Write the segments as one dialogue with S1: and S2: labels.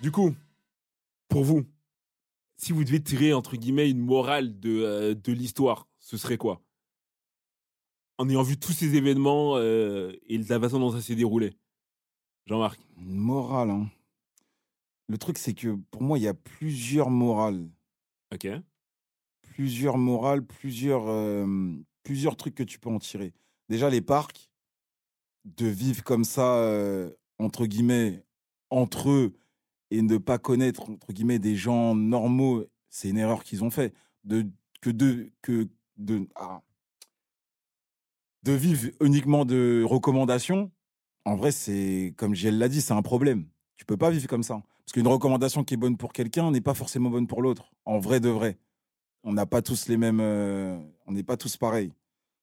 S1: Du coup, pour vous, si vous devez tirer, entre guillemets, une morale de, euh, de l'histoire, ce serait quoi En ayant vu tous ces événements euh, et la façon dont ça s'est déroulé. Jean-Marc.
S2: Une morale. hein. Le truc, c'est que pour moi, il y a plusieurs morales.
S1: Ok.
S2: Plusieurs morales, plusieurs, euh, plusieurs trucs que tu peux en tirer. Déjà, les parcs, de vivre comme ça, euh, entre guillemets, entre eux, et ne pas connaître, entre guillemets, des gens normaux, c'est une erreur qu'ils ont fait. De, que de, que de, ah. de vivre uniquement de recommandations, en vrai, c'est, comme Giel l'a dit, c'est un problème. Tu peux pas vivre comme ça. Parce qu'une recommandation qui est bonne pour quelqu'un n'est pas forcément bonne pour l'autre. En vrai de vrai. On n'a pas tous les mêmes. euh, on n'est pas tous pareils.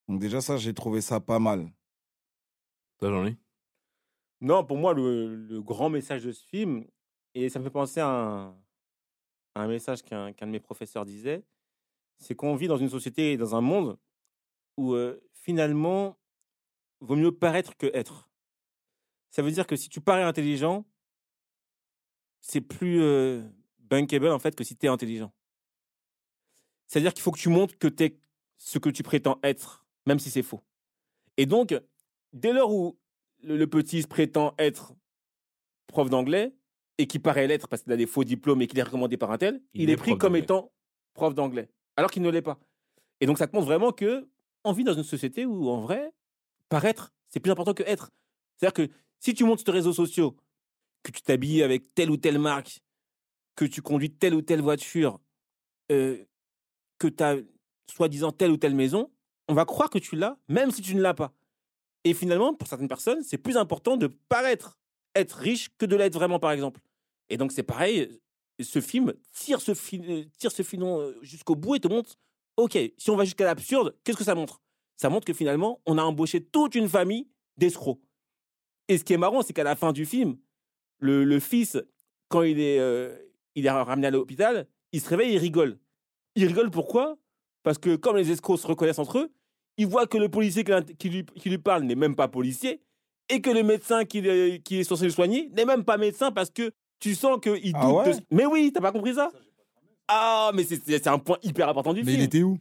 S2: Donc, déjà, ça, j'ai trouvé ça pas mal.
S1: Toi, j'en ai.
S3: Non, pour moi, le, le grand message de ce film, et ça me fait penser à un, à un message qu'un qu'un de mes professeurs disait, c'est qu'on vit dans une société et dans un monde où euh, finalement, vaut mieux paraître que être. Ça veut dire que si tu parais intelligent, c'est plus euh, bankable en fait que si tu es intelligent. C'est-à-dire qu'il faut que tu montres que tu es ce que tu prétends être, même si c'est faux. Et donc, dès lors où le, le petit se prétend être prof d'anglais et qui paraît l'être parce qu'il a des faux diplômes et qu'il est recommandé par un tel,
S1: Il
S3: il,
S1: est
S3: est pris
S1: prof
S3: comme
S1: d'anglais.
S3: étant prof d'anglais, alors qu'il ne l'est pas. Et donc, ça te montre vraiment que on vit dans une société où, en vrai, paraître, c'est plus important que être. C'est-à-dire que si tu montes sur tes réseaux sociaux, que tu t'habilles avec telle ou telle marque, que tu conduis telle ou telle voiture, euh, que tu as soi-disant telle ou telle maison, on va croire que tu l'as, même si tu ne l'as pas. Et finalement, pour certaines personnes, c'est plus important de paraître être riche que de l'être vraiment, par exemple. Et donc, c'est pareil, ce film tire ce, fil- euh, tire ce filon euh, jusqu'au bout et te montre, OK, si on va jusqu'à l'absurde, qu'est-ce que ça montre Ça montre que finalement, on a embauché toute une famille d'escrocs. Et ce qui est marrant, c'est qu'à la fin du film, le, le fils, quand il est, euh, il est ramené à l'hôpital, il se réveille et il rigole. Il rigole pourquoi Parce que comme les escrocs se reconnaissent entre eux, ils voient que le policier qui l'int- qui lui, qui lui parle n'est même pas policier et que le médecin qui, le- qui est censé le soigner n'est même pas médecin parce que tu sens qu'il doute.
S2: Ah ouais
S3: de- Mais oui, t'as pas compris ça Ah, mais c'est- c'est c'est un point hyper important du
S2: Mais
S3: film
S2: il était où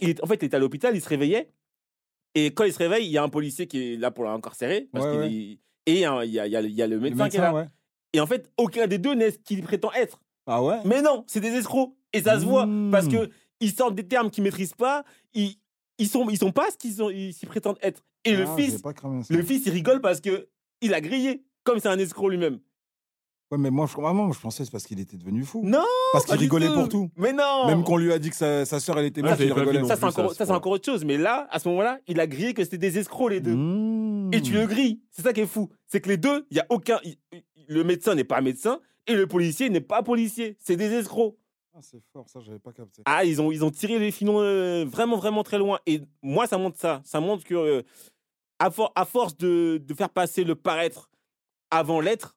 S3: il est- en fait, il était à l'hôpital, il se réveillait. Et quand il se réveille, il y a un policier qui est là pour l'incarcérer. Parce
S2: Ouais,
S3: qu'il
S2: ouais.
S3: est- Et un- il y, a, il y a- il y a le médecin,
S2: Le
S3: qui est là.
S2: ouais.
S3: Et en fait, aucun des deux n'est ce qu'il prétend être.
S2: Ah ouais
S3: Mais non, c'est des escrocs. Et ça se voit.
S2: Mmh.
S3: Parce que ils sortent des termes qu'ils maîtrisent pas. Ils, ils, sont, ils sont pas ce qu'ils ont- ils s'y prétendent être. Et le
S2: Ah, j'ai
S3: fils,
S2: pas cramé ça.
S3: le fils, il rigole parce que il a grillé. Comme c'est un escroc lui-même.
S2: Ouais, mais moi, je, ah, non, je pensais que c'est parce qu'il était devenu fou.
S3: Non,
S2: Parce
S3: pas
S2: qu'il
S3: du
S2: rigolait pour tout.
S3: Mais non
S2: Même qu'on lui a dit que sa, sa sœur, elle était
S1: Ouais,
S2: morte,
S1: j'avais
S2: il
S1: pas vu
S2: rigolait.
S1: non
S3: Ça, c'est
S1: plus, ça,
S3: encore,
S1: ce
S3: ça, c'est
S1: point.
S3: encore autre chose. Mais là, à ce moment-là, il a grillé que c'était des escrocs, les deux.
S2: Mmh.
S3: et tu le grilles. C'est ça qui est fou. C'est que les deux, il y a aucun. il- il- le médecin n'est pas médecin et le policier n'est pas policier. C'est des escrocs.
S2: Ah, c'est fort, ça, j'avais pas capté.
S3: Ah, ils ont, ils ont tiré les filons euh, vraiment, vraiment très loin. Et moi, ça montre ça. Ça montre que, euh, à, for- à force de, de faire passer le paraître avant l'être,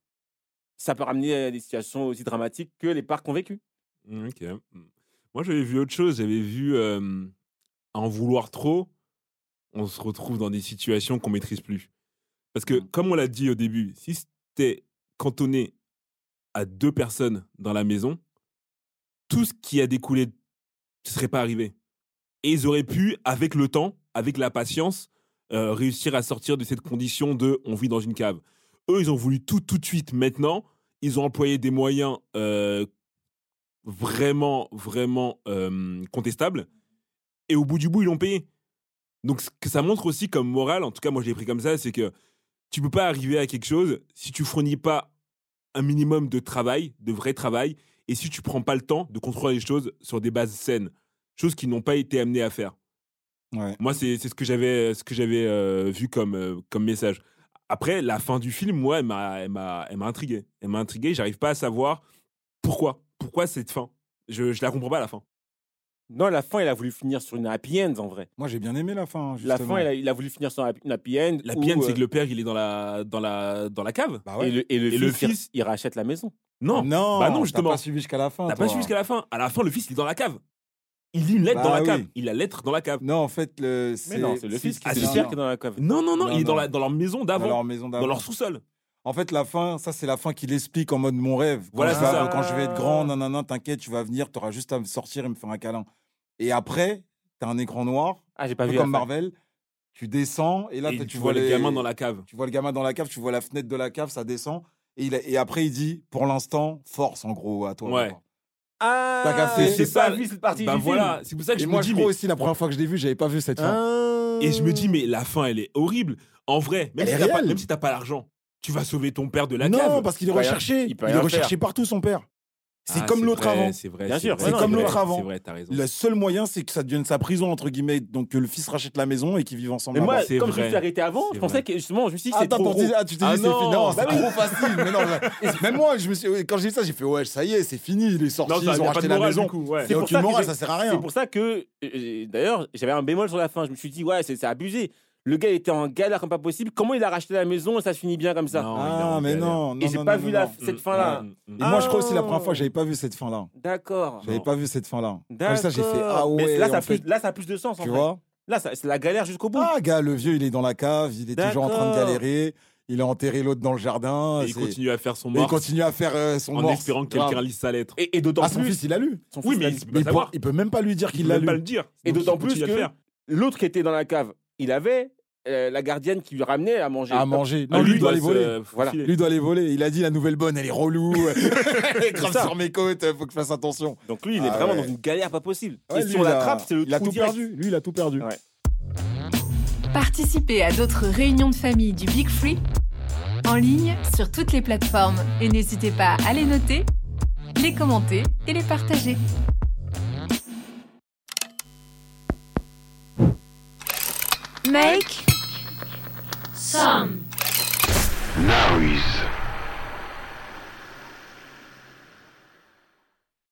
S3: ça peut ramener à des situations aussi dramatiques que les parcs ont vécu.
S1: Mm, Ok. Mm. Moi, j'avais vu autre chose. J'avais vu euh, à en vouloir trop, on se retrouve dans des situations qu'on maîtrise plus. Parce que,
S2: Mm.
S1: comme on l'a dit au début, si c'était cantonné à deux personnes dans la maison, tout ce qui a découlé ne serait pas arrivé. Et ils auraient pu, avec le temps, avec la patience, euh, réussir à sortir de cette condition de on vit dans une cave. Eux, ils ont voulu tout, tout de suite, maintenant. Ils ont employé des moyens euh, vraiment, vraiment euh, contestable. Et au bout du bout, ils l'ont payé. Donc, ce que ça montre aussi comme morale, en tout cas, moi, je l'ai pris comme ça, c'est que tu peux pas arriver à quelque chose si tu fournis pas un minimum de travail, de vrai travail, et si tu prends pas le temps de construire les choses sur des bases saines, choses qui n'ont pas été amenées à faire.
S2: Ouais.
S1: Moi, c'est c'est ce que j'avais ce que j'avais euh, vu comme, euh, comme message. Après, la fin du film, moi, elle m'a elle m'a- elle m'a intrigué. Elle m'a intrigué, j'arrive pas à savoir pourquoi. Pourquoi cette fin je, je la comprends pas, la fin.
S3: Non, la fin, il a voulu finir sur une happy end en vrai.
S2: Moi, j'ai bien aimé la fin, hein,
S3: La
S2: justement.
S3: fin, il a, il a voulu finir sur une happy end.
S1: La
S3: où,
S1: pienne,
S3: euh,
S1: c'est que le père, il est dans la, dans la, dans la cave.
S2: Bah ouais.
S3: et le, et le
S1: Et
S3: fils,
S1: le
S3: il-
S1: fils-
S3: il rachète la maison.
S1: Non,
S2: Ah, Non,
S1: Bah non,
S2: t'as
S1: justement.
S2: pas suivi jusqu'à la fin.
S1: t'as pas
S2: toi.
S1: su jusqu'à la fin. À la fin, le fils, il est dans la cave. Il lit une lettre
S2: Bah
S1: dans la
S2: oui.
S1: cave. Il a lettre dans la cave.
S2: Non, en fait, le. c'est
S3: Mais non, c'est le fils qui hein.
S1: Ah,
S3: c'est
S1: si,
S3: le
S1: si.
S3: père qui est dans la cave.
S1: Non, non, non,
S2: Non,
S1: il est dans,
S2: non.
S1: la, dans leur maison
S2: Dans
S1: d'avant,
S2: leur maison
S1: dans
S2: d'avant.
S1: leur, sous-sol.
S2: En fait, la fin, ça, c'est la fin qu'il explique en mode mon rêve. Quand
S1: Voilà,
S2: je
S1: c'est
S2: vais-
S1: ça.
S2: Quand je vais être grand, nanana, t'inquiète, tu vas venir, t'auras juste à me sortir et me faire un câlin. Et après, t'as un écran noir,
S3: Ah, j'ai pas
S2: un peu
S3: vu.
S2: comme
S3: la fin.
S2: Marvel. Tu descends et là,
S1: Et
S2: t'as-
S1: tu vois les gamins dans la cave.
S2: Tu vois le gamin dans la cave, tu vois la fenêtre de la cave, ça descend. Et, il a- et après, il dit, pour l'instant, force, en gros, à toi.
S1: Ouais.
S2: quoi. T'as
S3: Ah,
S2: capté.
S3: j'ai
S1: C'est
S3: pas
S1: ça,
S3: vu cette partie.
S1: Bah
S3: du
S1: voilà, c'est pour ça que
S2: Et
S1: je
S2: moi,
S1: me
S2: je
S1: dis,
S2: crois
S1: mais-
S2: aussi, la première fois que je l'ai vu, j'avais pas vu cette
S3: Film.
S2: fin.
S3: Ah.
S1: et je me dis, mais la fin, elle est horrible. En vrai, même
S2: Elle
S1: si
S2: est
S1: t'as pas,
S2: réelle.
S1: même si t'as pas l'argent, tu vas sauver ton père de la
S2: non,
S1: cave.
S2: parce qu'il est
S3: Il peut rien-
S2: recherché.
S3: il
S2: Il,
S3: peut
S2: est
S3: rien
S2: recherché partout, son père. C'est
S1: Ah,
S2: comme l'autre
S1: vrai,
S2: avant.
S1: C'est vrai,
S3: Bien sûr,
S1: vrai,
S3: c'est comme
S1: vrai,
S2: l'autre avant.
S1: C'est vrai, t'as raison.
S2: Le seul moyen, c'est que ça devienne sa prison, entre guillemets. Donc, que le fils rachète la maison et qu'ils vivent ensemble.
S3: Mais
S2: là-bas.
S3: moi,
S1: c'est
S3: comme je me
S1: vrai.
S3: suis arrêté avant, je
S1: C'est
S3: pensais
S1: vrai.
S3: que justement, je me suis dit,
S2: Ah,
S3: c'est
S2: t'as
S3: trop
S2: pensé-
S3: gros.
S2: ah, tu t'es
S1: Ah
S2: dit, c'est
S1: non.
S2: fini. Non, c'est
S1: Bah
S3: oui.
S2: trop facile. Mais non, je- même moi, je me suis... quand j'ai dit ça, j'ai fait, ouais, ça y est, c'est fini. Il est sorti,
S1: Non, ça,
S2: ils
S1: y
S2: ont
S1: a pas de
S2: racheté la
S1: morale,
S2: maison.
S1: du coup, ouais.
S2: Il y a
S3: pour
S2: aucune
S3: ça que
S2: morale,
S3: j'ai-
S2: ça sert à rien.
S3: C'est pour ça que, euh, d'ailleurs, j'avais un bémol sur la fin. Je me suis dit, ouais, c'est c'est abusé. Le gars il était en galère comme pas possible. Comment il a racheté la maison et ça se finit bien comme ça
S1: Non, il est
S2: Ah,
S1: en
S2: mais
S1: galère.
S2: non.
S3: Et
S2: non,
S3: j'ai
S2: non,
S3: pas
S2: non,
S3: vu
S2: non.
S3: la- cette fin-là.
S1: Mm, mm, mm.
S2: Et moi, je crois aussi la première fois que j'avais pas vu cette fin-là.
S3: D'accord.
S2: J'avais
S1: Non.
S2: pas vu cette fin-là. Comme
S3: D'accord.
S2: ça, j'ai fait ah ouais.
S3: Mais là, ça
S2: en
S3: a plus,
S2: fait,
S3: là, ça a plus de sens. en
S2: tu
S3: fait.
S2: vois
S3: Là, ça- c'est la galère jusqu'au bout.
S2: Ah, gars, le vieux, il est dans la cave, il est toujours en train de
S3: D'accord.
S2: galérer. Il a enterré l'autre dans le jardin.
S1: Et il
S2: c'est-
S1: continue à faire son
S2: et il
S1: mort
S2: continue à faire euh, son
S1: en
S2: mort.
S1: espérant que quelqu'un lise sa lettre.
S3: Et, et d'autant
S2: Ah, son
S3: plus.
S2: fils, il l'a lu.
S3: son fils,
S1: Oui,
S3: il a
S1: mais
S3: dit-
S1: il
S2: Mais
S1: peut pas
S2: il, peut,
S1: savoir.
S2: il peut même pas lui dire
S1: Il
S2: qu'il l'a
S1: peut
S2: lu.
S1: pas le dire.
S3: Et
S1: Donc,
S3: d'autant
S1: il continue
S3: plus
S1: à le
S3: que-
S1: faire.
S3: L'autre qui était dans la cave, il avait euh, la gardienne qui lui ramenait à manger.
S2: À manger.
S1: Ah,
S2: Non, lui, il doit
S1: se-
S2: les voler.
S3: Voilà.
S1: faufiler.
S2: Lui doit les voler. Il a dit la nouvelle bonne, elle est relou. Elle est grave
S3: ça.
S2: sur mes côtes, faut que je fasse attention.
S3: Donc lui, il est
S2: Ah
S3: vraiment
S2: ouais.
S3: dans une galère pas possible.
S2: Ouais,
S3: et
S2: lui,
S3: si on
S2: il a-
S3: l'attrape, c'est le
S2: Il a
S3: trou
S2: tout
S3: direct.
S2: perdu. Lui, il a tout perdu.
S3: Ouais.
S4: Participez à d'autres réunions de famille du Big Free en ligne sur toutes les plateformes et n'hésitez pas à les noter, les commenter et les partager. Make
S5: Some
S6: Noise.